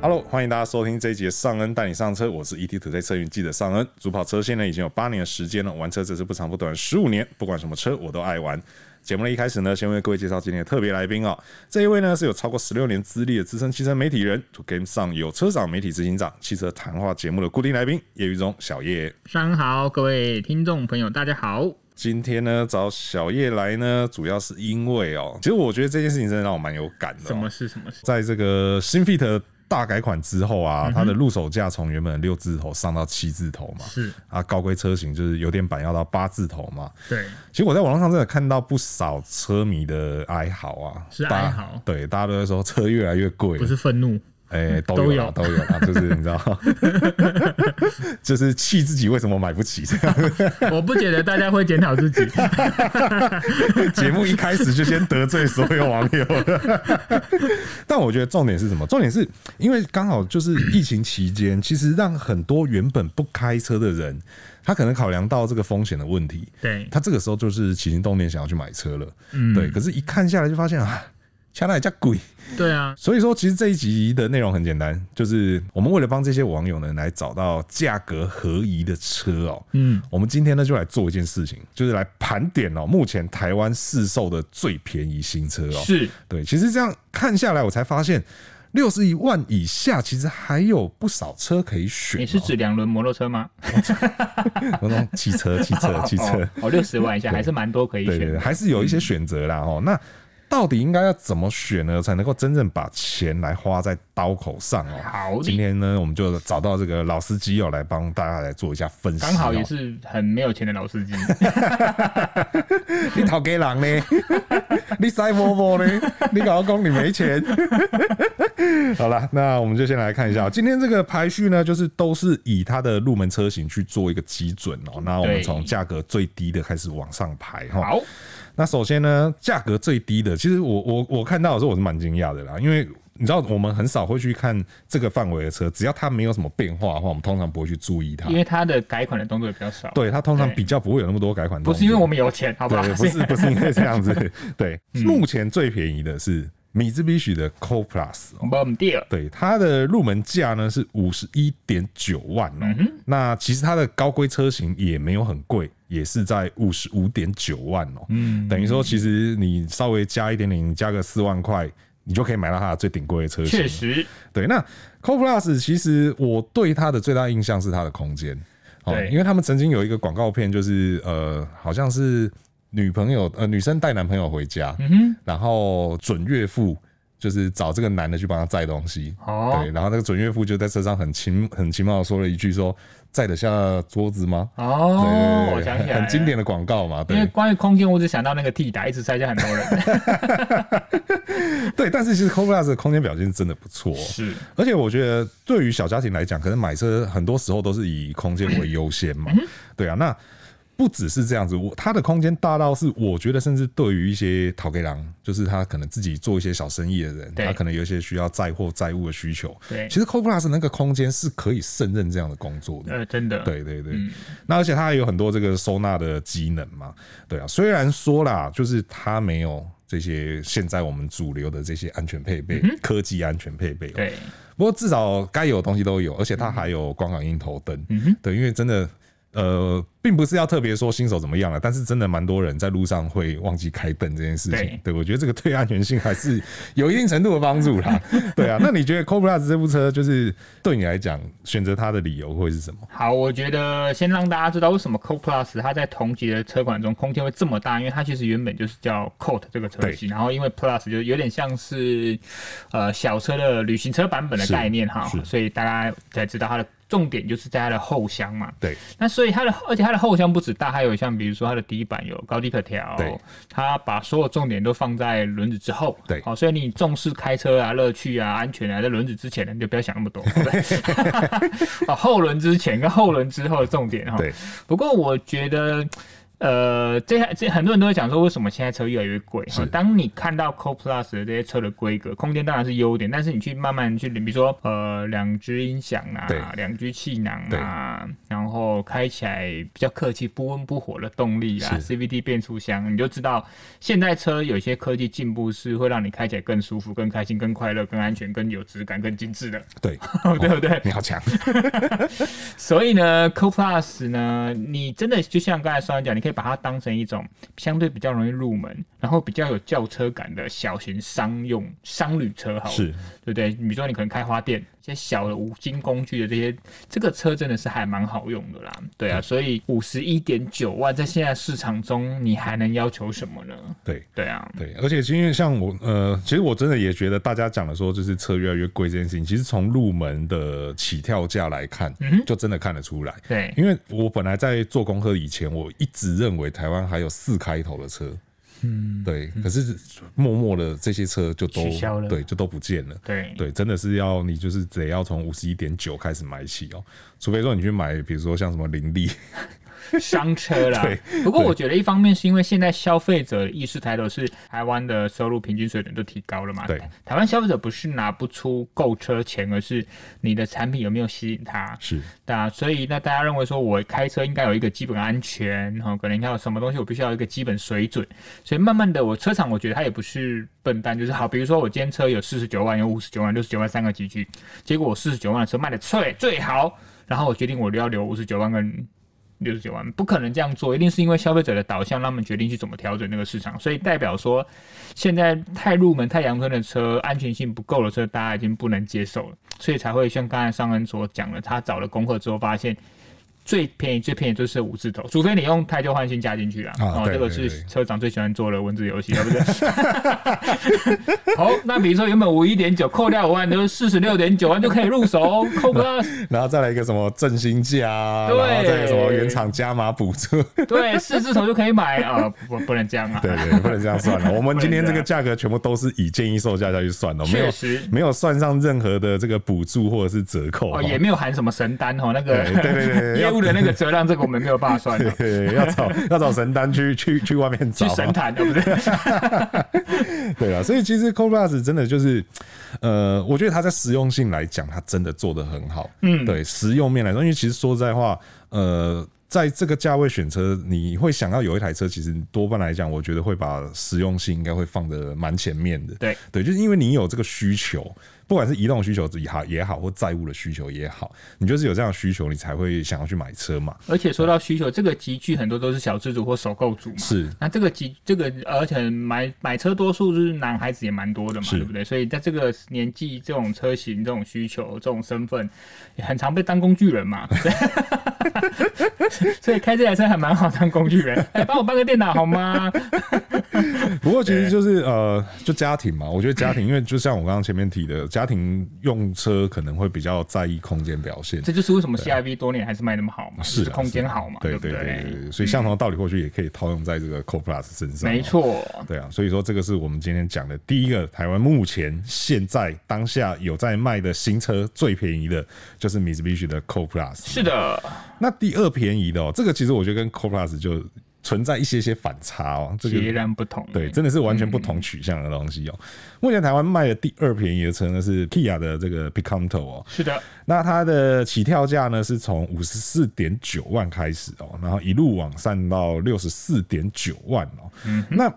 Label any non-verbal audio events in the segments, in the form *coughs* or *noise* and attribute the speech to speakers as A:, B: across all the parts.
A: Hello，欢迎大家收听这一集的尚恩带你上车，我是 E ETtoday 车云记者尚恩。主跑车线呢已经有八年的时间了，玩车则是不长不短十五年，不管什么车我都爱玩。节目的一开始呢，先为各位介绍今天的特别来宾哦。这一位呢是有超过十六年资历的资深汽车媒体人，To Game 上有车长媒体执行长，汽车谈话节目的固定来宾，业余中小叶。
B: 上好，各位听众朋友，大家好。
A: 今天呢找小叶来呢，主要是因为哦，其实我觉得这件事情真的让我蛮有感的、哦。
B: 什么是什么事？
A: 在这个新 Fit 大改款之后
B: 嗯
A: 啊，它的入手价从原本六字头上到七字头嘛，
B: 是
A: 啊，高规车型就是油电版要到八字头嘛。
B: 对，
A: 其实我在网络上真的看到不少车迷的哀嚎啊，
B: 是
A: 大家
B: 哀嚎
A: 对，大家都在说车越来越贵
B: 不，是
A: *laughs*
B: 愤怒，
A: 哎，都有啦
B: 都
A: 都有啊，就是你知
B: *laughs*
A: 道，就是气自己为什么买不起这样。
B: 我不觉得大家会检讨自己。
A: 节目一开始就先得罪所有网友了。但我觉得重点是什么？重点是因为刚好就是疫情期间，其实让很多原本不开车的人，他可能考量到这个风险的问题，
B: 对，
A: 他这个时候就是起心动念想要去买车了。对。可是，一看下来就发现啊。掐来价贵，
B: 对啊，
A: 所以说其实这一集的内容很简单，就是我们为了帮这些网友呢来找到价格合宜的车哦、
B: 嗯，
A: 我们今天呢就来做一件事情，就是来盘点哦，目前台湾市售的最便宜新车哦。
B: 是
A: 对，其实这样看下来，我才发现六十一万以下，其实还有不少车可以选、哦。哦
B: 你是指两轮摩托车吗？
A: 那种汽车、汽车、汽车，
B: 哦，哦，六十万以下还是蛮多可以
A: 对对
B: 选嗯
A: 对，
B: 的。
A: 还是有一些选择啦哦。那到底应该要怎么选呢，才能够真正把钱来花在刀口上哦？
B: 好
A: 今
B: 的，
A: 天呢，我们就找到这个老司机哦，来帮大家来做一下分析、哦。
B: 刚好也是很没有钱的老司机。
A: 哦你讨给人呢？ *laughs* 你塞波波呢？你搞工你没钱？ *laughs* 好了，那我们就先来看一下今天这个排序呢，就是都是以它的入门车型去做一个基准哦、那我们
B: 对
A: 从价格最低的开始往上排哈。
B: 好，
A: 那首先呢，价格最低的，其实我我我看到的时候我是蛮惊讶的啦，因为。你知道我们很少会去看这个范围的车，只要它没有什么变化的话，我们通常不会去注意它
B: 因。为他的改款的动作也比较少。，
A: 对，它通常
B: 对
A: 比较不会有那么多改款动作。
B: 不是因为我们有钱，好不好？
A: 对，不
B: *laughs*
A: 是不是因为这样子。对，
B: 嗯
A: 目前最便宜的是米兹比许的 Co Plus 哦。
B: 我们第二，
A: 对它的入门价呢是五十一点九万
B: 嗯
A: 哦，那其实它的高规车型也没有很贵，也是在五十五点九万哦，
B: 嗯，
A: 等于说其实你稍微加一点点，你加个四万块，你就可以买到它的最顶规的车型
B: 嗯确
A: 了。
B: 实，
A: 对，那 Co Plus 其实我对它的最大印象是它的空间，哦
B: 对，
A: 因为他们曾经有一个广告片，就是呃，好像是女朋友呃女生带男朋友回家，
B: 嗯
A: 然后准岳父就是找这个男的去帮他载东西，
B: 哼，哦
A: 对，然后那个准岳父就在车上很轻很轻貌的说了一句说载得下桌子吗？对
B: 哦，我
A: 对对
B: 想
A: 对
B: 起来了，
A: 很经典的广告嘛，
B: 因
A: 对
B: 为关于空间，我只想到那个地打，一直塞下很多人。
A: 对，但是其实 Co Plus 的空间表现 *laughs* 是真的不错哦、
B: 是，
A: 而且我觉得，对于小家庭来讲，可能买车很多时候都是以空间为优先嘛。
B: 嗯
A: 对啊，那不只是这样子，我它的空间大到是，我觉得甚至对于一些讨给郎，就是他可能自己做一些小生意的人，
B: 对
A: 他可能有一些需要载货载物的需求。
B: 对
A: 其，实 Co Plus 那个空间是可以胜任这样的工作的。
B: 呃，真的，
A: 对对对，
B: 嗯
A: 那而且它还有很多这个收纳的机能嘛，对啊。虽然说啦，就是它没有这些现在我们主流的这些安全配备，科技安全配备、哦，
B: 嗯对，
A: 不过至少该有的东西都有，而且它还有光感应头灯。
B: 嗯哼，
A: 对，因为真的，呃，并不是要特别说新手怎么样了，但是真的蛮多人在路上会忘记开灯这件事情。
B: 对
A: 我觉得这个对安全性还是有一定程度的帮助
B: *laughs*
A: 啦。对啊，那你觉得 Cobra 这部车就是对你来讲选择它的理由会是什么？
B: 好，我觉得先让大家知道为什么 Colt Plus 它在同级的车款中空间会这么大，因为它其实原本就是叫 Colt 这个车型，然后因为 Plus 就有点像是呃小车的旅行车版本的
A: 是
B: 概念哈
A: 是，
B: 所以大家才知道它的重点就是在它的后箱嘛。
A: 对，
B: 那所以它的，而且它的后箱不止大，还有像比如说它的底板有高低可调
A: 对，
B: 它把所有重点都放在轮子之后。
A: 对
B: 好、所以你重视开车啊、乐趣啊、安全啊，在轮子之前呢，你就不要想那么多。
A: *laughs*
B: 对啊，后轮之前跟后轮之后的重点哈。
A: 对，
B: 不过我觉得。呃，这台这很多人都会讲说，为什么现在车越来越贵？哦
A: 是
B: 当你看到 Co Plus 的这些车的规格，空间当然是优点，但是你去慢慢去，比如说呃，两只音响啊
A: 对，
B: 两只气囊啊，然后开起来比较客气、不温不火的动力啊
A: 是
B: ，CVT 变速箱，你就知道现代车有些科技进步是会让你开起来更舒服、更开心、更快乐、更安全、更有质感、更精致的， *laughs*
A: 对，
B: 对不对？
A: 你好
B: *laughs*
A: 强，
B: 所以呢，Co Plus 呢，你真的就像刚才双人讲，你可以把它当成一种相对比较容易入门，然后比较有轿车感的小型商用商旅车，好了，
A: 是
B: 对不对？比如说你可能开花店，一些小的五金工具的这些，这个车真的是还蛮好用的啦。对啊，所以五十一点九万在现在市场中，你还能要求什么呢？
A: 对。
B: 对啊，
A: 对，而且因为像我，呃，其实我真的也觉得大家讲的说，就是车越来越贵这件事情，其实从入门的起跳价来看，
B: 嗯
A: 就真的看得出来。
B: 对，
A: 因为我本来在做功课以前，我一直认为台湾还有四开头的车，嗯，对，可是默默的这些车就都
B: 取消了
A: 对，就都不见了。
B: 对，
A: 对，真的是要你就是得要从五十一点九开始买起哦，除非说你去买，比如说像什么林立，
B: 商车啦。不过我觉得一方面是因为现在消费者的意识抬头，是台湾的收入平均水准都提高了嘛。
A: 对，
B: 台湾消费者不是拿不出购车钱，而是你的产品有没有吸引他。
A: 是
B: 对啊，所以那大家认为说我开车应该有一个基本安全，然后可能要有什么东西我必须要有一个基本水准，所以慢慢的我车厂我觉得它也不是笨蛋，就是好，比如说我今天车有四十九万、有五十九万、六十九万三个级距，结果我四十九万的车卖的最最好，然后我决定我要留五十九万跟。六十九万不可能这样做，一定是因为消费者的导向，让他们决定去怎么调整那个市场，所以代表说，现在太入门、太阳春的车，安全性不够的车，大家已经不能接受了，所以才会像刚才上恩所讲的，他找了功课之后发现。最便宜、最便宜就是五字头，除非你用太旧换新加进去啦。
A: 啊对
B: 这个
A: 对
B: 是
A: 对
B: 车长最喜欢做的文字
A: *laughs*
B: 游戏，对不对？好，那比如说原本五一点九，扣掉五万，就是四十六点九万就可以入手哦，扣不到
A: *laughs* 然后再来一个什么振兴价啊，然
B: 对
A: 后再有什么原厂加码补
B: *laughs*
A: 助，
B: 对四字头就可以买啊、不不能这样啊。
A: 对对，不能这样算
B: *laughs*
A: 了。我们今天这
B: 不能这
A: 个
B: 样
A: 价格全部都是以建议售价下去算的，没有
B: 确实
A: 没有算上任何的这个补助或者是折扣
B: 哦，
A: 哦。
B: 也没有含什么神单哦，那个
A: 对对对
B: *laughs*
A: 对
B: 业务的那个折让，这个我们没有办法算的，
A: *laughs* 对，要找要找神丹去去去外面找
B: 去
A: 啊，
B: 神坛
A: *laughs*
B: 的不是？
A: 对啊啦，所以其实 c o Plus 真的就是，呃，我觉得它在实用性来讲，它真的做得很好。嗯，对，实用面来说，因为其实说实在话，呃。在这个价位选车，你会想要有一台车，其实多半来讲，我觉得会把实用性应该会放得蛮前面的。
B: 对
A: 对，就是因为你有这个需求，不管是移动需求也好也好，或债务的需求也好，你就是有这样的需求，你才会想要去买车嘛。
B: 而且说到需求，这个集聚很多都是小资主或首购族嘛。
A: 是
B: 那这个集这个，而且买买车多数就是男孩子也蛮多的嘛，
A: 是
B: 对不对？所以在这个年纪，这种车型、这种需求、这种身份，也很常被当工具人嘛。
A: *laughs*
B: *laughs* 所以开这台车还蛮好当工具人。哎、帮我搬个电脑好吗？
A: 不过其实就是呃，就家庭嘛，我觉得家
B: *clears throat*
A: 庭，因为就像我刚刚前面提的，家庭用车可能会比较在意空间表现。
B: 这就是为什么 CRV 多年还是卖那么好嘛，
A: 是啊
B: 就空间
A: 是啊
B: 好嘛，
A: 对
B: 不嗯
A: 对对对对，所以相同的道理或许也可以套用在这个 Co Plus 身上。
B: 没，错。
A: 对啊，所以说这个是我们今天讲的第一个台湾目前现在当下有在卖的新车最便宜的，就是 Mitsubishi 的 Co Plus。
B: 是的，
A: 那第二便宜的哦，这个其实我觉得跟 Co Plus 就存在一些些反差哦，这个
B: 截然不同。
A: 对，真的是完全不同取向的东西哦、目前台湾卖的第二便宜的车呢是 Kia 的这个 Picanto 哦，
B: 是的，
A: 那它的起跳价呢是从五十四点九万开始哦，然后一路往上到六十四点九万哦。那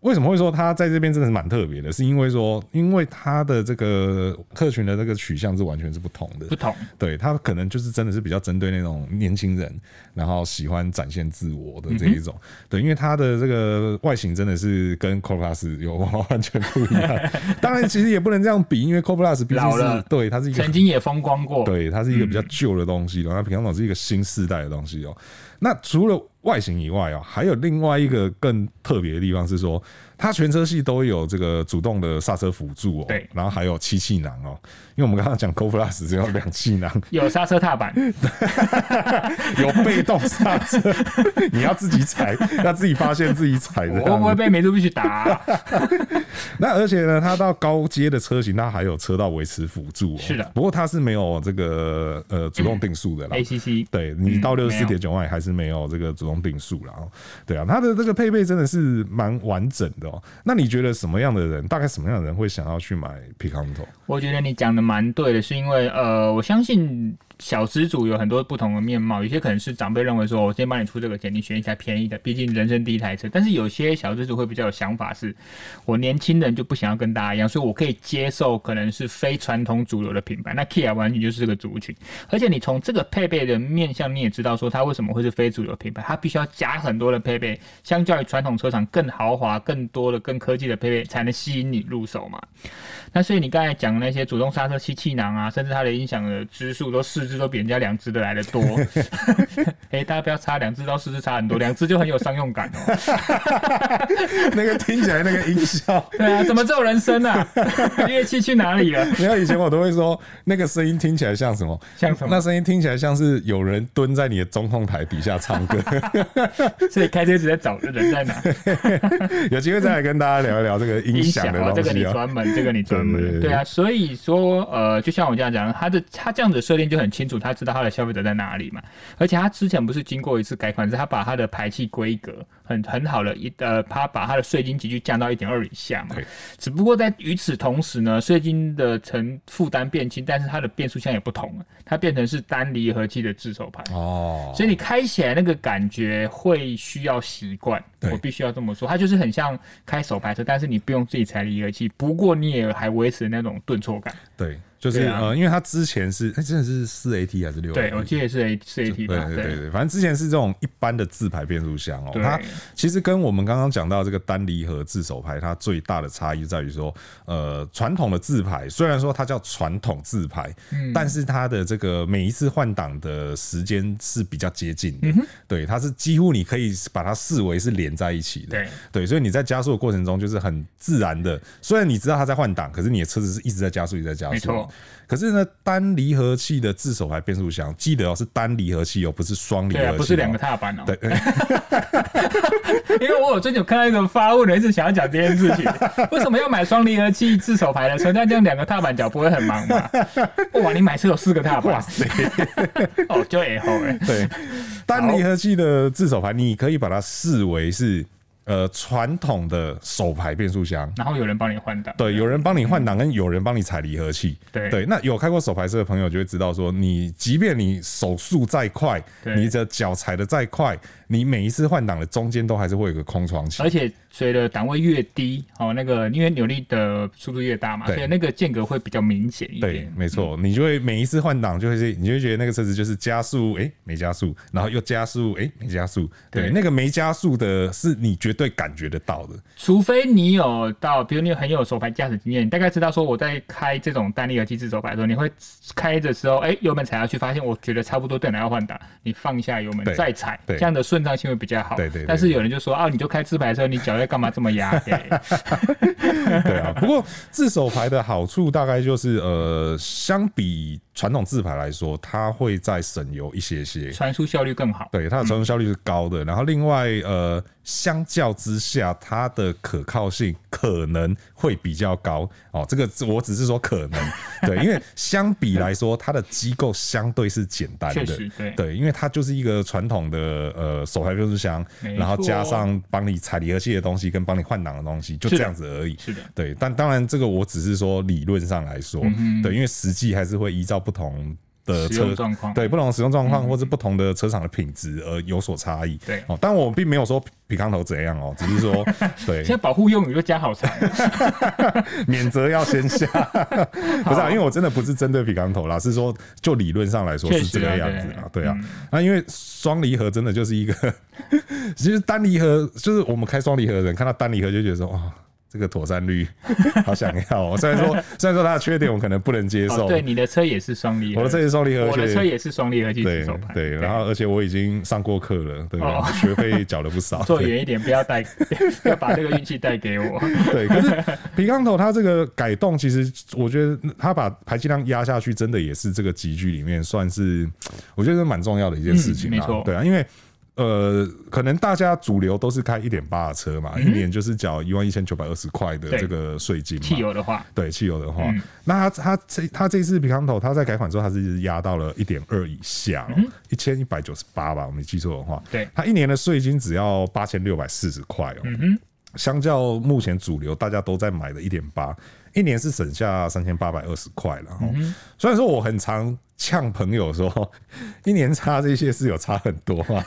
A: 为什么会说它在这边真的是蛮特别的？是因为说，因为它的这个客群的这个取向是完全是不同的
B: 不。同。
A: 对他可能就是真的是比较针对那种年轻人，然后喜欢展现自我的这一
B: 嗯
A: 种。对，因为他的这个外形真的是跟 c o Plus 有完全不一
B: *laughs*
A: 样。当然，其实也不能这样比，因为 c o Plus 毕竟
B: 老
A: 是
B: 了
A: 对它是一个
B: 曾经嗯也风光过，
A: 对，它是一个比较旧的东西了。那平常总是一个新世代的东西哦、那除了外形以外哦、还有另外一个更特别的地方是说，它全车系都有这个主动的刹车辅助哦、
B: 对
A: 然后还有七气囊哦、因为我们刚刚讲 Co Plus 只有两气囊，
B: 有刹车踏板，
A: 有被动刹车，你要自己踩，要自己发现自己踩
B: 我
A: 的。
B: 会不会被梅杜必须打啊、
A: *laughs* 那而且呢，它到高阶的车型，它还有车道维持辅助、哦。
B: 是的
A: 不过它是没有这个呃主动定速的啦。
B: ？ACC
A: 对你到
B: 嗯
A: 六
B: 没
A: 十四
B: 有
A: 点九万也还是是没有这个主动定速了哦。对啊，它的这个配备真的是蛮完整的哦。那你觉得什么样的人，大概什么样的人会想要去买 Picanto？
B: 我觉得你讲的蛮对的，是因为呃，我相信小资主有很多不同的面貌，有些可能是长辈认为说，我今天帮你出这个钱，你选一台便宜的，毕竟人生第一台车。但是有些小资主会比较有想法是，我年轻人就不想要跟大家一样，所以我可以接受可能是非传统主流的品牌。那 Kia 完全就是这个族群，而且你从这个配备的面向，你也知道说它为什么会是非主流品牌，它必须要加很多的配备，相较于传统车厂更豪华、更多的、更科技的配备，才能吸引你入手嘛。那所以你刚才讲的那些主动刹车、吸气囊啊，甚至它的音响的支数都四支都比人家两支的来的多。 *laughs* 哎、大家不要差两支到四支差很多，两支就很有商用感哦。
A: *laughs* 那个听起来那个音效，
B: 对啊，怎么这种人生啊？ *laughs* 乐器去哪里了？
A: *laughs* 你看以前我都会说那个声音听起来像什么？
B: 像什么
A: 那声音听起来像是有人蹲在你的中控台底下唱歌。 *laughs*
B: 所以开车一直在找人在哪？
A: 有机会再来跟大家聊一聊这个音响的
B: 哦，这
A: 东
B: 个你
A: 西啊。
B: 专门，这个你专
A: 对对
B: 门，
A: 对
B: 对啊，所以说呃，就像我这样讲，它的它这样子设定就很清楚，他知道他的消费者在哪里嘛，而且他之前不是经过一次改款，是他把它的排气规格很很好的一呃，他把它的税金集聚降到一点二以下嘛
A: 对，
B: 只不过在与此同时呢，税金的承负担变轻，但是它的变速箱也不同了，它变成是单离合器的自手排。
A: 哦，
B: 所以你开起来那个感觉会需要习惯，
A: 对
B: 我必须要这么说，它就是很像开手排车，但是你不用自己踩离合器，不过你也还维持那种顿挫感。
A: 对，就是、
B: 对啊
A: 呃，因为它之前是，哎、真的是四 AT 还是六？
B: 对，我记得是 A 是 A T
A: 对
B: 吧？
A: 对对对，反正之前是这种一般的自排变速箱哦、
B: 对
A: 它其实跟我们刚刚讲到这个单离合自手排，它最大的差异在于说，呃，传统的自排虽然说它叫传统自排，
B: 嗯
A: 但是它的这个每一次换挡的时间是比较接近
B: 嗯
A: 的，对，它是几乎你可以把它视为是连在一起的，
B: 对
A: 对，所以你在加速的过程中就是很自然的，虽然你知道它在换挡，可是你的车子是一直在加速，一直在加
B: 没
A: 速
B: 错。
A: 可是呢，单离合器的自手排变速箱，记得哦，是单离合器哦，不是双离合
B: 对
A: 器、
B: 啊
A: 哦，
B: 不是两个踏板哦、
A: 对，
B: *laughs* 因为我有最近有看到一个发问人，一直想要讲这件事情，为什么要买双离合器自手排的车？那这样两个踏板脚不会很忙吗？哇，你买车有四个踏板，哦，就也 *laughs* 好哎，
A: 对，单离合器的自手排，你可以把它视为是呃传统的手排变速箱。
B: 然后有人帮你换挡，
A: 对，有人帮你换挡，跟有人帮你踩离合器。
B: 对
A: 对，那有开过手排车的朋友就会知道说，你即便你手速再快，
B: 对
A: 你的脚踩的再快，你每一次换挡的中间都还是会有个空窗期
B: 而。且随着档位越低，哦，那个因为扭力的速度越大嘛，
A: 对
B: 所以那个间隔会比较明显一
A: 对
B: 点，。
A: 没错，你就会每一次换挡就会是，你就会觉得那个车子就是加速，诶，没加速，然后又加速，诶，没加速。对，
B: 对
A: 那个没加速的是你绝对感觉得到的。
B: 除非你有到，比如你很有手排驾驶经验，你大概知道说我在开这种单离合机制手排的时候，你会开的时候，哎、油门踩下去，发现我觉得差不多对了要换挡，你放下油门
A: 对
B: 再踩，
A: 对
B: 这样的顺畅性会比较好。
A: 对对对
B: 但是有人就说啊，你就开自排车，你脚在干嘛这么压？
A: *laughs*
B: 哎
A: 对啊，不过自手牌的好处大概就是，呃，相比传统自牌来说，它会再省油一些些。
B: 传输效率更好。
A: 对，它的传输效率是高的。然后另外，呃，相较之下，它的可靠性可能会比较高哦。这个我只是说可能，对，因为相比来说，它的机构相 *laughs* 对是简单的
B: 确实，对
A: 因为它就是一个传统的呃手排变速箱，
B: 没
A: 然后加
B: 错
A: 上帮你踩离合器的东西跟帮你换挡的东西，就是这
B: 的
A: 样子而已。
B: 是的。
A: 对，但当然这个我只是说理论上来说，对，因为实际还是会依照不同的
B: 嗯使用
A: 呃车
B: 状况嗯
A: 对不同的使用状况或是不同的车厂的品质而有所差异。
B: 对
A: 哦，但我并没有说皮康头怎样哦，只是说
B: *laughs*
A: 对
B: 现在保护用语都加好长，
A: *laughs* 免责要先下，不是啊，因为我真的不是针对皮康头啦，是说就理论上来说
B: 确
A: 是
B: 实
A: 这个
B: 啊
A: 样
B: 对
A: 子啊，对啊，那因为双离合真的就是一个，其实单离合就是我们开双离合的人看到单离合就觉得说哇。这个妥善
B: *laughs*
A: 率好想要、哦，虽然说虽然说它的缺点我可能不能接受，
B: 哦，对，你的车也是双离合，
A: 我的车也是双离合，
B: 我
A: 而
B: 的
A: 且
B: 车也是双离合器
A: 对
B: 自手排，
A: 对，然后而且我已经上过课了，对吧？
B: 哦
A: 学费缴了不
B: *laughs*
A: 少，
B: 坐
A: 对
B: 远一点，不要带，不要把这个运气带
A: *laughs*
B: 给我。
A: 对，可是皮康头它这个改动，其实我觉得它把排气量压下去，真的也是这个集聚里面算是我觉得蛮重要的一件事情
B: 嗯没
A: 啊。
B: 错
A: 对啊，因为呃，可能大家主流都是开一点八的车嘛，一年就是缴一万一千九百二十块的
B: 嗯对
A: 这个税金
B: 汽
A: 嘛。
B: 油的话，
A: 对汽油的话，
B: 嗯
A: 那它它这它这次平康头，它在改款之后，它是压到了一点二以下、哦，一千一百九十八吧，我没记错的话。
B: 嗯对
A: 它一年的税金只要八千六百四十块哦，嗯、相较目前主流大家都在买的一点八，一年是省下三千八百二十块了。
B: 嗯
A: 哦虽然说我很常呛朋友说，一年差这些是有差很多
B: *laughs*
A: 嘛，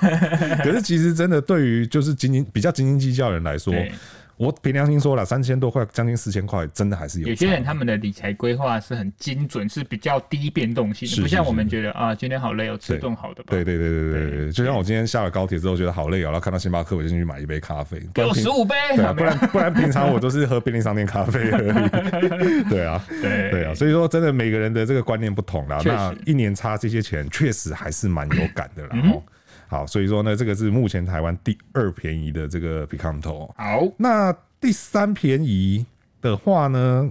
A: 可是其实真的对于就是斤斤比较斤斤计较的人来说
B: 对。
A: 我凭良心说了，三千多块，将近四千块，真的还是有差。
B: 有些人他们的理财规划是很精准，是比较低变动性
A: 是
B: 的，不像
A: 是
B: 我们
A: 是
B: 觉得啊，今天好累哦，吃
A: 对
B: 顿好的吧。
A: 对对对对对对对，
B: 对
A: 就像我今天下了高铁之后觉得好累哦，然后看到星巴克我就进去买一杯咖啡，不
B: 给
A: 然
B: 我
A: 平
B: 十五杯，
A: 对啊，不
B: 没有
A: 然不然平常我都是喝便利商店咖啡而已，对啊，
B: *laughs* 对
A: 对啊，所以说真的每个人的这个观念不同啦，
B: 确实
A: 那一年差这些钱确实还是蛮有感的啦。
B: 嗯
A: 哦好，所以说呢，这个是目前台湾第二便宜的这个 Picanto 哦。
B: 好，
A: 那第三便宜的话呢，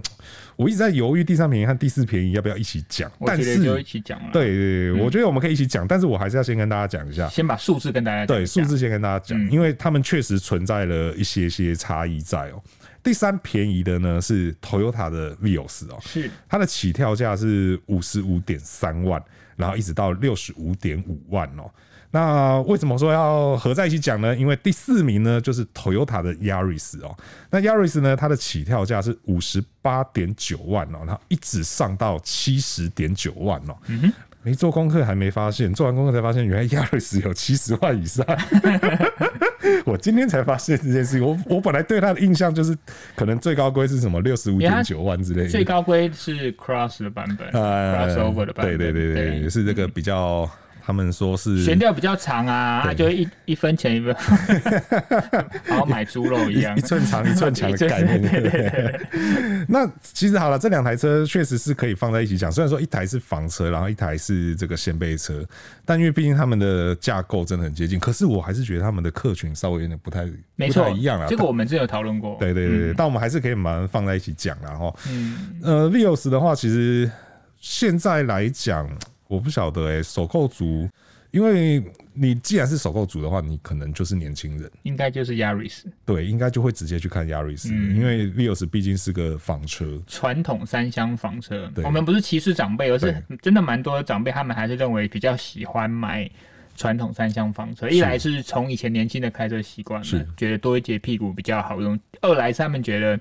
A: 我一直在犹豫第三便宜和第四便宜要不要一起讲，
B: 我
A: 但
B: 觉得
A: 是
B: 就一起讲了。，
A: 对对对，我觉得我们可以一起讲，但是我还是嗯要先跟大家讲一下。嗯
B: 先把数字跟大家讲
A: 对
B: 一
A: 数
B: 下
A: 字先跟大家讲，因为他们确实存在了一些些差异在哦、第三便宜的呢是 Toyota 的 Vios 哦、
B: 是
A: 它的起跳价是五十五点三万，然后一直到六十五点五万哦、那为什么说要合在一起讲呢？因为第四名呢就是 Toyota 的 Yaris 哦、那 Yaris 呢它的起跳价是五十八点九万哦、然后一直上到七十点九万哦、没做功课还没发现，做完功课才发现，原来 Yaris 有七十万以上。 *laughs* 我今天才发现这件事情，我我本来对它的印象就是可能最高规是什么六十五点九万之类的，
B: 最高规是 cross 的版本
A: 呃
B: ，crossover 的版
A: 对对
B: 本，
A: 对对，也是这个比较，他们说是
B: 悬吊比较长啊，它就会一一分钱一
A: *laughs*
B: 分，好像买猪肉一
A: 一
B: 样
A: 一。寸长一寸
B: *laughs*
A: 强的概念。
B: 对
A: 对 *laughs* 那其实好了，这两台车确实是可以放在一起讲。虽然说一台是房车，然后一台是这个掀背车，但因为毕竟他们的架构真的很接近，可是我还是觉得他们的客群稍微有点不太
B: 没
A: 不太
B: 错，
A: 一样啦。
B: 这个我们之前有讨论过。
A: 对对对，对但我们还是可以把它放在一起讲啦。哈。
B: 嗯，
A: 呃，Vios 的话，其实现在来讲，我不晓得哎、首购族，因为你既然是首购族的话，你可能就是年轻人，
B: 应该就是 Yaris
A: 对，应该就会直接去看 Yaris，、因
B: 嗯
A: 为 Vios 毕竟是个房车，
B: 传统三厢房车
A: 对。
B: 我们不是歧视长辈，而是真的蛮多的长辈，他们还是认为比较喜欢买。传统三厢房车，一来是从以前年轻的开车习惯
A: 是
B: 了，觉得多一节屁股比较好用；二来是他们觉得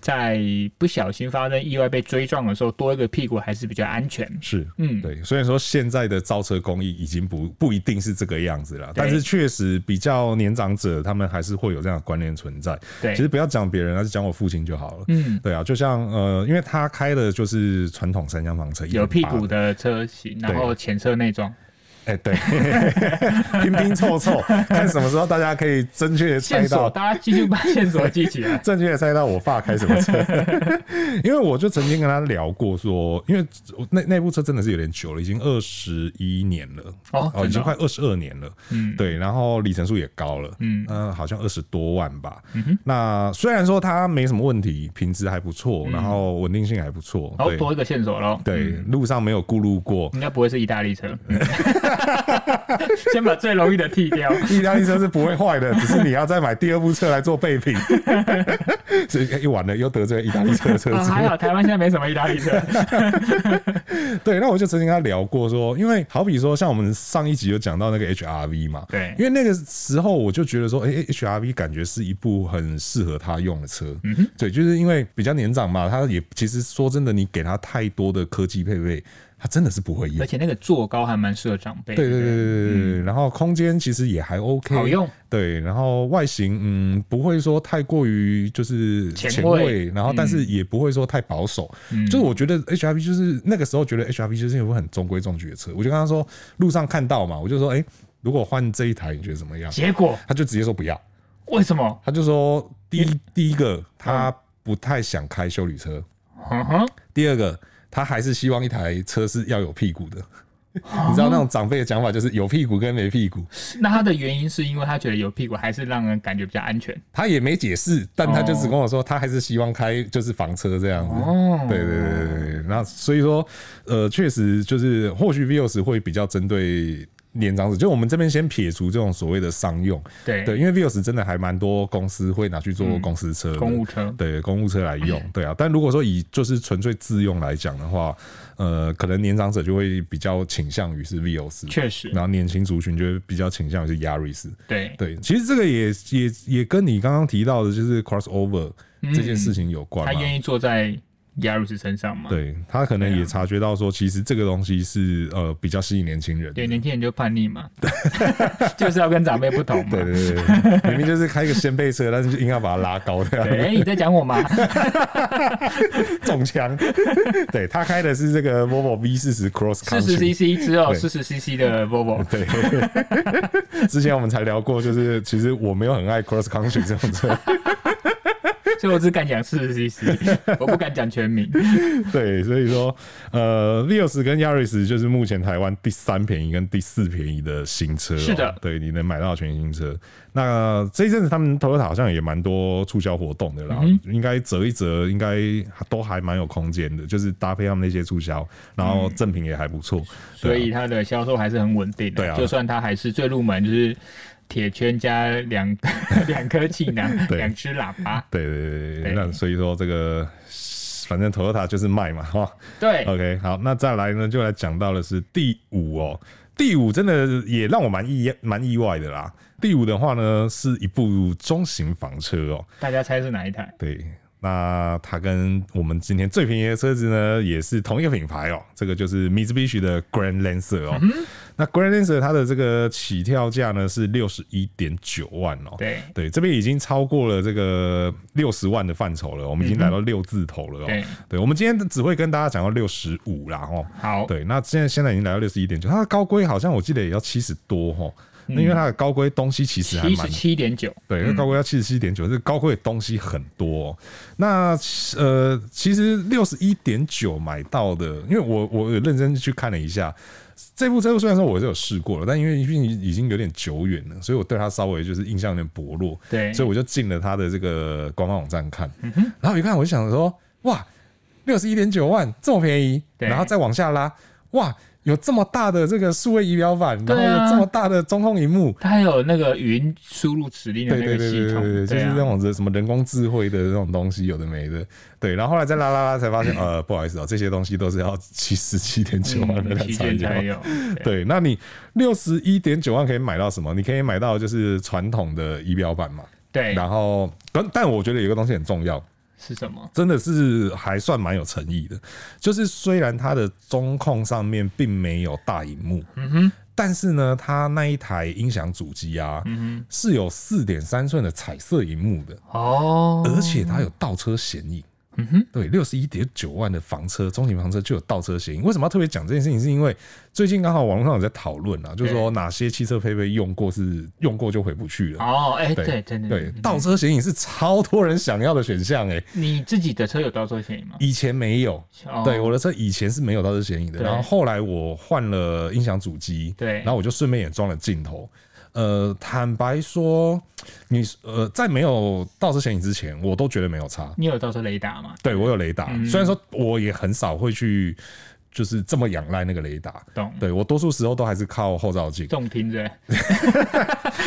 B: 在不小心发生意外被追撞的时候，多一个屁股还是比较安全。
A: 是，
B: 嗯
A: 对。虽然说现在的造车工艺已经不不一定是这个样子了，但是确实比较年长者他们还是会有这样的观念存在。
B: 对
A: 其实不要讲别人，而是讲我父亲就好了。
B: 嗯，
A: 对啊，就像呃，因为他开的就是传统三厢房车，
B: 有屁
A: 1.8
B: 股的车型，然
A: 对
B: 后前车内装。
A: 哎、对， *laughs* 拼拼凑凑，看什么时候大家可以正确的猜
B: 线索，
A: 到，。
B: 大家继续把线索记起来
A: 正确的猜到我爸开什么车。 *laughs* 因为我就曾经跟他聊过说，因为我那那部车真的是有点久了，已经二十一年了，
B: 哦真的
A: 已经快二十二年了。
B: 嗯，
A: 对，然后里程数也高了，嗯
B: 嗯，
A: 呃，好像二十多万吧。那虽然说它没什么问题，品质还不错，然后稳定性还不错，
B: 好，
A: 对
B: 嗯多一个线索喽。，
A: 对，路上没有咕噜过，
B: 应该不会是意大
A: *laughs*
B: 利车。先把最容易的剃掉。
A: 意大利车是不会坏的，只是你要再买第二部车来做备
B: *laughs*
A: 品。所以哎一完了又得罪意大利车的车
B: 啊，
A: 主。
B: 还好台湾现在没什么意大
A: *laughs*
B: 利车。
A: 对，那我就曾经跟他聊过说，因为好比说像我们上一集有讲到那个 HRV 嘛，
B: 对
A: 因为那个时候我就觉得说，哎、h r v 感觉是一部很适合他用的车。嗯对，就是因为比较年长嘛，他也其实说真的，你给他太多的科技配备，他真的是不会用
B: 而。且那个坐高还蛮适合长辈。
A: 对对对对对对，然后空间其实也还 OK，
B: 嗯好用。
A: 对，然后外形嗯不会说太过于就是
B: 前
A: 前
B: 卫嗯
A: 卫，然后但是也不会说太保守。就是我觉得 HRV 就是那个时候觉得 HRV 就是有很中规中矩的车，我就跟他说路上看到嘛，我就说哎、诶如果换这一台你觉得怎么样？
B: 结果
A: 他就直接说不要，
B: 为什么？
A: 他就说第一第一个他不太想开修理车，
B: 嗯哼，
A: 第二个他还是希望一台车是要有屁股的。
B: 啊
A: 你知道那种长辈的讲法就是有屁股跟没屁股，
B: 那他的原因是因为他觉得有屁股还是让人感觉比较安全。
A: 他也没解释，但他就只跟我说，他还是希望开就是房车这样子。
B: 哦
A: 对对对对对。那所以说，呃，确实就是或许 Vios 会比较针对年长者，就我们这边先撇除这种所谓的商用，
B: 对
A: 对，因为 Vios 真的还蛮多公司会拿去做公司车的、
B: 公务车
A: 对公务车来
B: *laughs*
A: 用，对啊。但如果说以就是纯粹自用来讲的话，呃，可能年长者就会比较倾向于是 Vios，
B: 确实
A: 然后年轻族群就会比较倾向于是 Yaris。
B: 对
A: 对，其实这个也也也跟你刚刚提到的，就是 crossover 这件事情有关嘛。
B: 嗯他愿意啊坐在 Yaris 身上嘛？
A: 对他可能也察觉到说，其实这个东西是呃比较吸引年轻人的。
B: 对，年轻人就叛逆
A: *laughs*
B: 嘛， *laughs* 就是要跟长辈不同嘛
A: 对。对 *laughs* 对对，明明就是开个掀背车，但是就硬要把它拉高
B: 对，
A: 的
B: 哎、你在讲我吗？
A: 中枪。对他开的是这个 Volvo V 四十 Cross
B: 四十
A: Country。
B: CC 只有
A: 对
B: 四十 CC 的 Volvo，
A: 对， *laughs* 之前我们才聊过，就是其实我没有很爱 Cross Country 这种车。
B: 所以我只敢讲四
A: *laughs*
B: 十 CC，我不敢讲全名。
A: 对，啊所以说呃，Vios 跟 Yaris 就是目前台湾第三便宜跟第四便宜的新车哦、
B: 是的
A: 对，你能买到全新车。那这一阵子他们 Toyota 好像也蛮多促销活动的啦，
B: 嗯
A: 应该折一折，应该都还蛮有空间的，就是搭配他们那些促销，然后赠品也还不错。
B: 嗯所
A: 对啊
B: 以它的销售还是很稳定的。
A: 对啊
B: 就算它还是最入门，就是铁圈加两
A: *laughs*
B: 两颗气囊，
A: 对呃
B: 两只喇叭。
A: 对对对对对，
B: 对
A: 那所以说这个反正 Toyota 就是卖嘛，哈。
B: 对，
A: OK，好，那再来呢，就来讲到的是第五哦，第五真的也让我蛮意蛮意外的啦。第五的话呢，是一部中型房车哦，
B: 大家猜是哪一台？
A: 对，那它跟我们今天最便宜的车子呢，也是同一个品牌哦，这个就是 Mitsubishi 的 Grand Lancer
B: 嗯
A: 哦。那 Grand Lancer 它的这个起跳价呢是六十一点九万哦，
B: 对
A: 对，这边已经超过了这个六十万的范畴了，我们已经来到六字头了哦。
B: 嗯对
A: 对，我们今天只会跟大家讲到六十五啦哦。
B: 好，
A: 对，那现在现在已经来到六十一点九，它的高规好像我记得也要七十多哈，那因为它的高规东西其实还
B: 嗯七嗯
A: 蛮
B: 十七点九。
A: 对，那高规要七十七点九，这高规的东西很多哦、那呃，其实六十一点九买到的，因为我我有认真去看了一下，这部车虽然说我是有试过了，但因为毕竟已经有点久远了，所以我对它稍微就是印象有点薄弱。
B: 对
A: 所以我就进了它的这个官方网站看，
B: 嗯
A: 然后一看我就想说，哇，六十一点九万这么便宜，
B: 对
A: 然后再往下拉，哇。有这么大的这个数位仪表板，然后
B: 对啊
A: 有这么大的中控荧幕，
B: 它还有那个语音输入指令的
A: 对
B: 那
A: 对
B: 个
A: 对
B: 系
A: 对对
B: 统，
A: 对，就是
B: 对啊
A: 那种什么人工智慧的那种东西，有的没的。对，然后后来再拉拉拉，才发现，呃，不好意思哦，这些东西都是要七十七点九万的
B: 嗯旗舰
A: 才
B: 才
A: 有。
B: 有。对
A: 对，那你六十一点九万可以买到什么？你可以买到就是传统的仪表板嘛。
B: 对，
A: 然后，但但我觉得有一个东西很重要，
B: 是什么？
A: 真的是还算蛮有诚意的，就是虽然它的中控上面并没有大荧幕，嗯哼，但是呢，它那一台音响主机啊，嗯哼，是有四点三寸的彩色荧幕的，
B: 哦，
A: 而且它有倒车显影。嗯哼，对，六十一点九万的房车，中型房车就有倒车显影。为什么要特别讲这件事情？是因为最近刚好网络上有在讨论啊，就是说哪些汽车配备用过是用过就回不去了。
B: 哦，哎，对对对
A: 对
B: 对，，
A: 倒车显影是超多人想要的选项哎、
B: 你自己的车有倒车显影吗？
A: 以前没有，
B: 哦
A: *laughs* 对，我的车以前是没有倒车显影的，
B: 对
A: 然后后来我换了音响主机，
B: 对
A: 然后我就顺便也装了镜头。呃，坦白说，你呃，在没有倒车显影之前，我都觉得没有差。
B: 你有倒车雷达吗？
A: 对我有雷达，
B: 嗯
A: 虽然说我也很少会去，就是这么仰赖那个雷达。
B: 懂，
A: 对我多数时候都还是靠后照镜，
B: 重听着，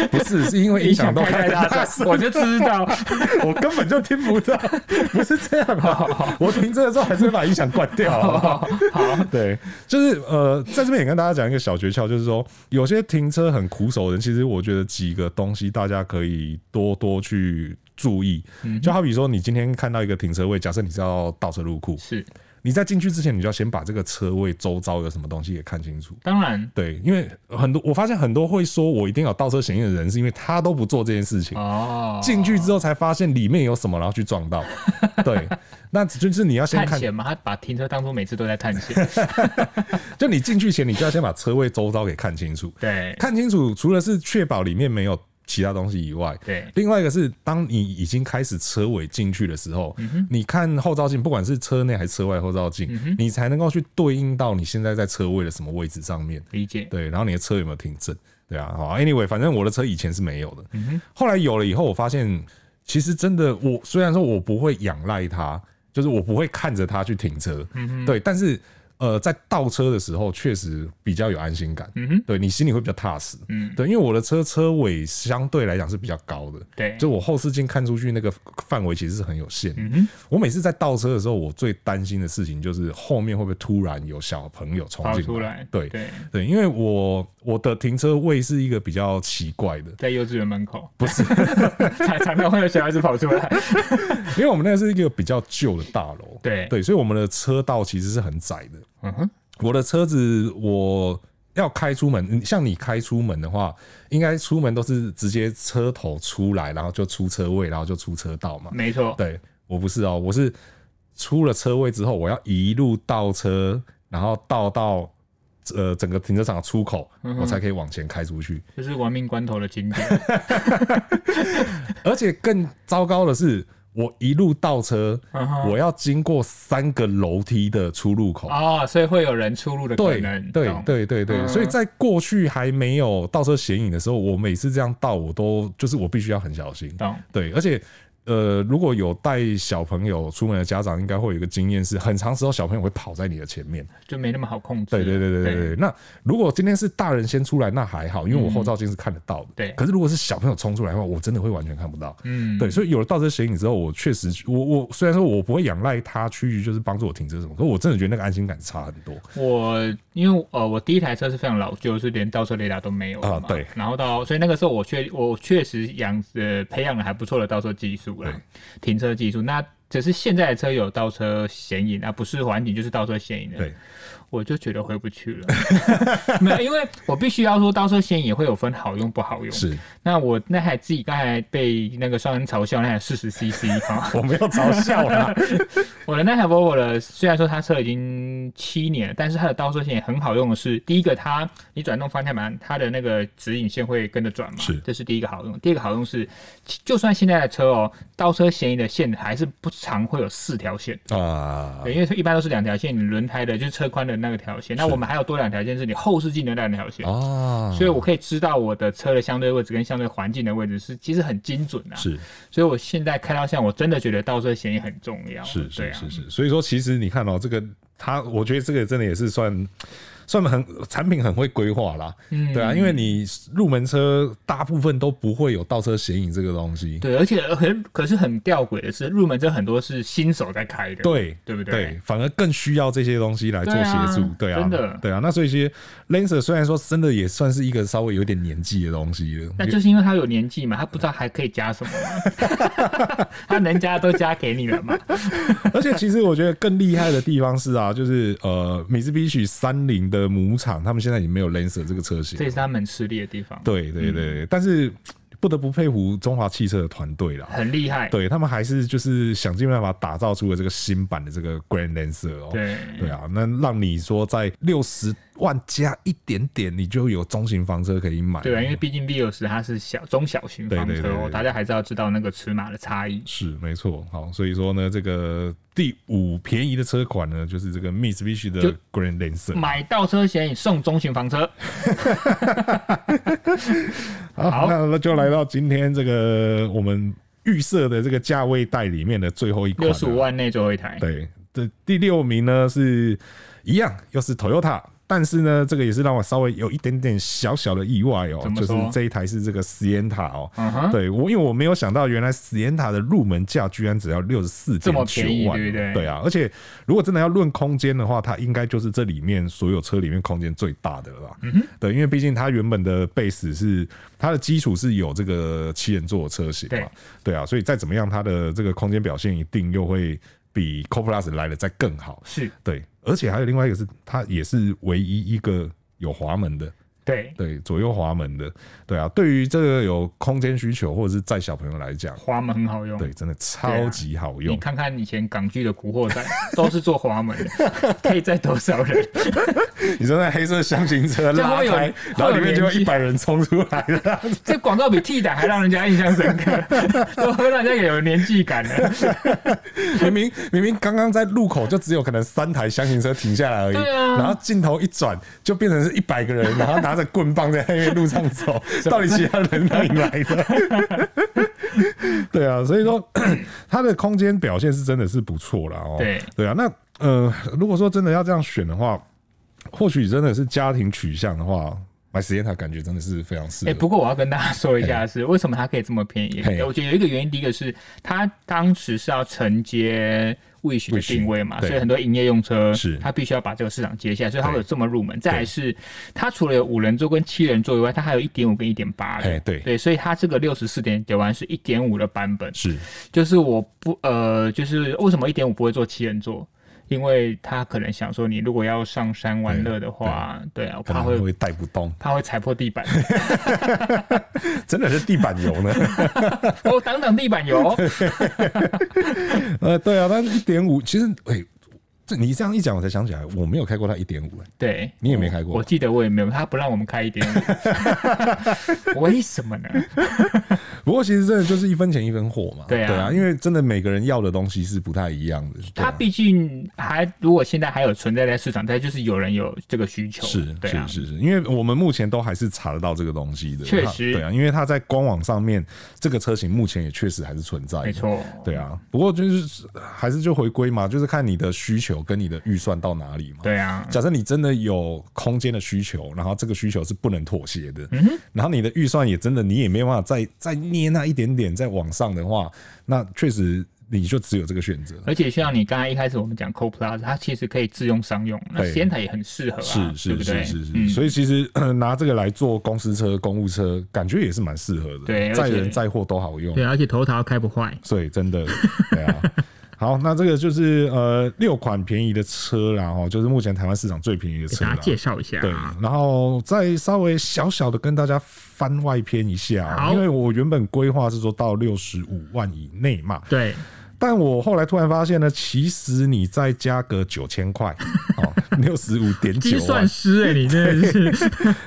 A: 不是是因为音响都
B: 开
A: 开
B: 太
A: 得
B: 大
A: 大
B: 声， *laughs* 我就知道。
A: *laughs* 我根本就听不到，不是这样啊！我停车的时候还是会把音响关掉好不好。对，就是呃，在这边也跟大家讲一个小诀窍，就是说有些停车很苦手的人，其实我觉得几个东西大家可以多多去注意。就好比说，你今天看到一个停车位，假设你是要倒车入库，
B: 是，
A: 你在进去之前，你就要先把这个车位周遭有什么东西给看清楚。
B: 当然
A: 对，因为很多我发现很多会说我一定要有倒车显影的人，是因为他都不做这件事情。
B: 哦，
A: 进去之后才发现里面有什么，然后去撞
B: *laughs*
A: 到。对，那就是你要先
B: 探
A: 看，
B: 险嘛，他把停车当做每次都在探
A: *laughs*
B: 险。
A: 就你进去前，你就要先把车位周遭给看清楚。
B: 对
A: 看清楚，除了是确保里面没有其他东西以外，
B: 对
A: 另外一个是，当你已经开始车尾进去的时候，
B: 嗯
A: 你看后照镜，不管是车内还是车外后照镜，你才能够去对应到你现在在车位的什么位置上面。
B: 理解。
A: 对，然后你的车有没有停正？对啊，好，anyway，反正我的车以前是没有的，
B: 嗯
A: 后来有了以后，我发现其实真的，我
B: 嗯
A: 虽然说我不会仰赖它，就是我不会看着它去停车，对，但是呃，在倒车的时候确实比较有安心感，
B: 嗯哼，
A: 对你心里会比较踏实。
B: 嗯，
A: 对，因为我的车车尾相对来讲是比较高的，
B: 对，
A: 就我后视镜看出去那个范围其实是很有限的。
B: 嗯哼，
A: 我每次在倒车的时候，我最担心的事情就是后面会不会突然有小朋友冲
B: 跑
A: 进
B: 出
A: 来。
B: 来，
A: 对
B: 对，
A: 对，因为我我的停车位是一个比较奇怪的，
B: 在幼稚园门口，不是， *laughs* 常常常会有小孩子跑出
A: *laughs*
B: 来，
A: 因为我们那是一个比较旧的大楼，
B: 对，
A: 对，所以我们的车道其实是很窄的。
B: 嗯哼，
A: 我的车子我要开出门，嗯像你开出门的话，应该出门都是直接车头出来，然后就出车位，然后就出车道嘛。
B: 没错，
A: 对我不是哦，我是出了车位之后，我要一路倒车，然后倒到呃整个停车场的出口，我才可以往前开出去。
B: 这是亡命关头的经
A: *laughs*
B: 典，
A: 而且更糟糕的是，我一路倒车，
B: 嗯哼，
A: 我要经过三个楼梯的出入口。
B: 哦，所以会有人出入的可
A: 对
B: 能，
A: 对
B: 懂，
A: 对对对，
B: 嗯
A: 所以在过去还没有倒车显影的时候，我每次这样倒，我都就是我必须要很小心。
B: 懂，
A: 对，而且呃，如果有带小朋友出门的家长，应该会有一个经验是，很长时候小朋友会跑在你的前面。
B: 就没那么好控制，
A: 对对对对对对。那如果今天是大人先出来，那还好，因为我后照镜是看得到的。
B: 嗯对
A: 可是如果是小朋友冲出来的话，我真的会完全看不到。
B: 嗯，
A: 对，所以有了倒车显影之后，我确实，我我虽然说我不会仰赖它去就是帮助我停车什么，可我真的觉得那个安心感差很多。
B: 我因为呃，我第一台车是非常老旧，是连倒车雷达都没有的
A: 啊
B: 嘛
A: 对。
B: 然后到所以那个时候我确我确实养呃培养了还不错的倒车技术了，停车技术。那只是现在的车有倒车显影啊，不是环景就是倒车显影的。
A: 对，
B: 我就觉得回不去了。 *laughs* 没有，因为我必须要说倒车显影也会有分好用不好用。
A: *laughs* 是
B: 那我那台自己刚才被那个双人嘲笑那台四十 CC 哈，
A: 我没有嘲笑啦，
B: *laughs* 我的那台 Volvo 的，虽然说它车已经七年了，但是它的倒车线也很好用的是，第一个它你转动方向盘，它的那个指引线会跟着转嘛，
A: 是
B: 这是第一个好用。第二个好用是，其就算现在的车哦，倒车嫌疑的线还是不常会有四条线。
A: 啊，
B: 对，因为一般都是两条线，你轮胎的就是车宽的那个条线，那我们还有多两条线是你后视镜的那两条线，
A: 啊，
B: 所以我可以知道我的车的相对位置跟相对环境的位置是其实很精准的、啊，
A: 是
B: 所以我现在开到像我真的觉得倒车嫌疑很重要，
A: 是
B: 对
A: 是
B: 啊
A: 是是，所以说其实你看哦，这个它，我觉得这个真的也是算算很产品很会规划啦，
B: 嗯
A: 对啊，因为你入门车大部分都不会有倒车显影这个东西，
B: 对，而且很可是很吊诡的是，入门车很多是新手在开的，
A: 对
B: 对不对？
A: 对，反而更需要这些东西来做
B: 对
A: 协
B: 啊
A: 助，对啊，
B: 真的
A: 对啊，那所以其实 Lancer 虽然说真的也算是一个稍微有点年纪的东西
B: *laughs*
A: 了，
B: 那就是因为他有年纪嘛，他不知道还可以
A: *laughs*
B: 加什么嘛，他能加都加给你了嘛。
A: 而且其实我觉得更厉害的地方是啊，就是呃，米兹比许三菱的母厂，他们现在已经没有 Lancer 这个车型
B: 这，也是他们吃力的地方，，
A: 对对对，但是不得不佩服中华汽车的团队啦。
B: 很厉害，
A: 对他们还是就是想尽办法打造出了这个新版的这个 Grand Lancer 哦，
B: 对
A: 对啊，那让你说在六十万加一点点，你就有中型房车可以买，
B: 对啊，因为毕竟 V 六十它是小中小型
A: 对
B: 房车
A: 对对
B: 哦，
A: 对对
B: 大家还是要知道那个尺码的差异。
A: 是没错。好，所以说呢，这个第五便宜的车款呢，就是这个 Mitsubishi 的
B: 就
A: Grand Lancer。
B: 买倒车险送中型房车，
A: 好，
B: 好
A: 那那就来到今天这个我们预设的这个价位带里面的最后一款、
B: 六十五。万内最后一台，
A: 对，这第六名呢是一样，又是 Toyota。但是呢，这个也是让我稍微有一点点小小的意外哦、
B: 怎么
A: 就是
B: 说
A: 这一台是这个 Sienta 哦、
B: 嗯哼
A: 对我因为我没有想到，原来 Sienta 的入门价居然只要六十四
B: 这
A: 点
B: 么
A: 九
B: 便宜
A: 万，
B: 对不对
A: 啊，而且如果真的要论空间的话，它应该就是这里面所有车里面空间最大的了啦。嗯、对，因为毕竟它原本的 base 是它的基础是有这个七人座的车型嘛
B: 对，
A: 对啊，所以再怎么样，它的这个空间表现一定又会比 Co Plus 来的再更好。
B: 是，
A: 对，而且还有另外一个是，它也是唯一一个有滑门的，
B: 对，
A: 对，左右滑门的，对啊。对于这个有空间需求或者是载小朋友来讲，
B: 滑门很好用，
A: 对，真的超级好用
B: 你。看看以前港剧的《古
A: *laughs*
B: 惑仔》，都是做滑门的，可以载多少人？
A: 你说那黑色箱型车
B: 这
A: 拉
B: 会有
A: 开，然后里面就
B: 会有
A: 一百人冲出来了。
B: 这广告比 T 档还让人家印象
A: *laughs*
B: 深刻，都会让人家有年纪感了。
A: 明明明明刚刚在路口就只有可能三台箱型车停下来而已，
B: 对啊
A: 然后镜头一转就变成是一百个人，然后拿着棍棒在黑路上
B: *laughs*
A: 走，到底其他人哪里来的？ *laughs* *coughs* 对啊，所以说它的空间表现是真的是不错啦哦。
B: 对
A: 对啊，那呃，如果说真的要这样选的话，或许真的是家庭取向的话，买 Sienna 感觉真的是非常适合。
B: 哎、不过我要跟大家说一下的是，为什么它可以这么便宜
A: 嘿？
B: 我觉得有一个原因，第一个是它当时是要承接 Wish 的
A: Wish，
B: 定位嘛，
A: 对
B: 所以很多营业用车
A: 是
B: 它必须要把这个市场接下来，所以它
A: 对
B: 会有这么入门。再来是它除了有五人座跟七人座以外，它还有一点五跟一点八
A: 嘿
B: 的。
A: 对
B: 对，所以它这个六十四点九万是一点五的版本，
A: 是
B: 就是我不呃，就是为什么一点五不会做七人座？因为他可能想说，你如果要上山玩乐的话，对啊，我
A: 可
B: 怕
A: 能
B: 会
A: 会带不动，
B: 怕会踩破地板， *laughs*
A: 真的是地板油呢。
B: 我哦挡挡地
A: *laughs*
B: 板油。
A: 呃，对啊，但一点五其实，哎、这你这样一讲，我才想起来，我没有开过它一点五，哎
B: 对，
A: 你也没开
B: 我
A: 过。
B: 记得我也没有，他不让我们开一
A: *laughs*
B: 点五，为什么呢？
A: 不过其实真的就是一分钱一分货嘛。
B: 对啊
A: 因为真的每个人要的东西是不太一样的。对啊
B: 他毕竟还如果现在还有存在在市场，但就是有人有这个需求，
A: 是
B: 对啊，
A: 是是是，因为我们目前都还是查得到这个东西的，
B: 确
A: 它
B: 实
A: 对啊，因为它在官网上面这个车型目前也确实还是存在的，
B: 没错，
A: 对啊。不过就是还是就回归嘛，就是看你的需求跟你的预算到哪里嘛。
B: 对啊，
A: 假设你真的有空间的需求，然后这个需求是不能妥协的，
B: 嗯
A: 然后你的预算也真的你也没办法再再捏那一点点再往上的话，那确实你就只有这个选择。
B: 而且像你刚才一开始我们讲 Co Plus，它其实可以自用商用，那
A: 对
B: Sienna 也很适合啊，
A: 是
B: 对
A: 是
B: 不
A: 是
B: 对？
A: 是是，
B: 嗯
A: 所以其实 *clears throat* 呃拿这个来做公司车、公务车，感觉也是蛮适合的。
B: 对而且
A: 载人载货都好用。
B: 对，而且头条开不坏。
A: 所以真的，对啊。好，那这个就是呃六款便宜的车啦，哦，就是目前台湾市场最便宜的车
B: 给大
A: 啦
B: 家。介绍一下。啊
A: 对，然后再稍微小小的跟大家番外篇一下哦，
B: 好
A: 因为我原本规划是说到六十五万以内嘛，
B: 对，
A: 但我后来突然发现呢，其实你再加个九千块， *laughs* 哦，六十五点
B: 计
A: 九万
B: 算，师哎、你真的
A: *laughs*
B: 是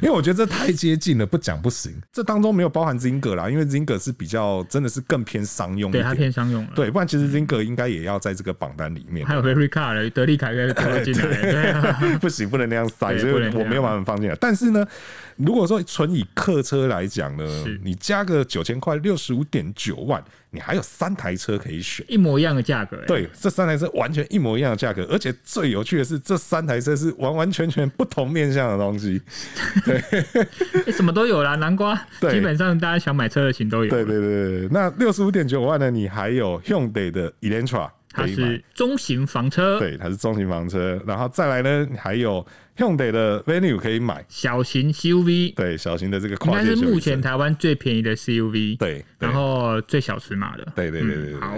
A: 因为我觉得这太接近了，不讲不行。这当中没有包含 Zinger 啦，因为 Zinger 是比较真的是更偏商用一
B: 对
A: 点，
B: 他偏商用了。，
A: 对，不然其实 Zinger 应该也要在这个榜单里面
B: 还，有 Very Car 的德利卡也投了进来了，对
A: *laughs*
B: 啊，
A: 不行，不能那样塞，
B: 对
A: 所以
B: 不能那
A: 我
B: 样
A: 没有办法放进来。但是呢，如果说纯以客车来讲呢
B: 是，
A: 你加个九千块，六十五点九万，你还有三台车可以选。
B: 一模一样的价格、哎，
A: 对，这三台车完全一模一样的价格，而且最有趣的是，这三台车是完完全全不同面向的东西。
B: 哎什么都有啦，南瓜
A: 对
B: 基本上大家想买车的型都有。
A: 对对对对，那六十五点九万呢？你还有 Hyundai 的 Elantra 可
B: 它
A: 以买，
B: 是中型房车，
A: 对，它是中型房车，然后再来呢，你还有 Hyundai 的 Venue 可以买，
B: 小型 CUV，
A: 对，小型的这个
B: 应
A: 跨
B: 该
A: 界
B: 是
A: 休
B: 目
A: 闲
B: 前
A: 车
B: 台湾最便宜的 CUV，，
A: 对，对
B: 然后最小尺码的，
A: 对对对对对对
B: 嗯好，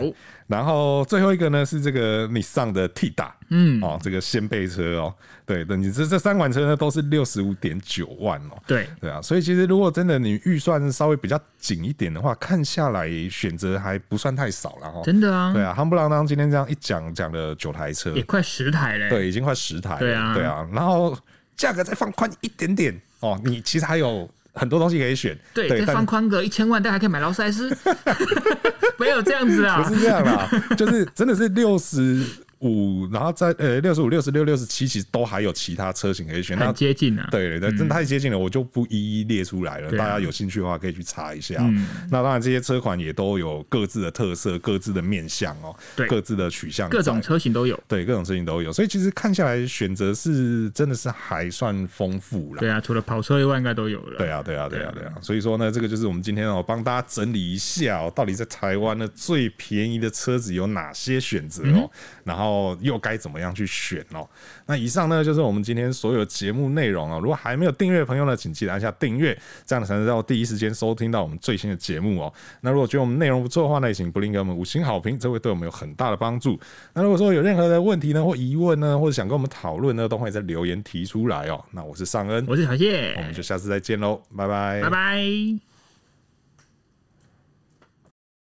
A: 然后最后一个呢是这个你上的 T 大，
B: 嗯，
A: 哦，这个掀背车哦，对，等你这这三款车呢都是六十五点九万哦。
B: 对，
A: 对啊，所以其实如果真的你预算稍微比较紧一点的话，看下来选择还不算太少了哈。
B: 真的啊，
A: 对啊，夯不啷当今天这样一讲讲了九台车，
B: 也快十台嘞、
A: 对，已经快十台了，
B: 对啊
A: 对啊，然后价格再放宽一点点哦，你其实还有很多东西可以选，
B: 对，再
A: 但
B: 放宽个一千万，大家还可以买劳斯莱
A: *laughs*
B: 斯，没有这样子啊，
A: 不是这样啦，就是真的是六十五，然后在呃六十五、六十六、六十七，其实都还有其他车型可以选。那
B: 很接近啊。
A: 对对对，真太接近了，我就不一一列出来了。
B: 对啊
A: 大家有兴趣的话，可以去查一下。哦
B: 嗯
A: 那当然，这些车款也都有各自的特色、各自的面向哦，
B: 对
A: 各自的取向在，
B: 各种车型都有。
A: 对各种车型都有。所以其实看下来，选择是真的是还算丰富啦。
B: 对啊，除了跑车以外，应该都有了。
A: 对，啊，对啊，对啊，对啊。所以说呢，这个就是我们今天哦，帮大家整理一下哦，到底在台湾呢最便宜的车子有哪些选择哦，然后又该怎么样去选哦。那以上呢就是我们今天所有节目内容哦。如果还没有订阅的朋友呢，请记得按下订阅，这样才能到第一时间收听到我们最新的节目哦。那如果觉得我们内容不错的话呢，也请不吝给我们五星好评，这会对我们有很大的帮助。那如果说有任何的问题呢或疑问呢，或者想跟我们讨论呢，都欢迎在留言提出来哦。那我是尚恩，
B: 我是小谢
A: 我，们就下次再见喽，拜拜，
B: 拜拜。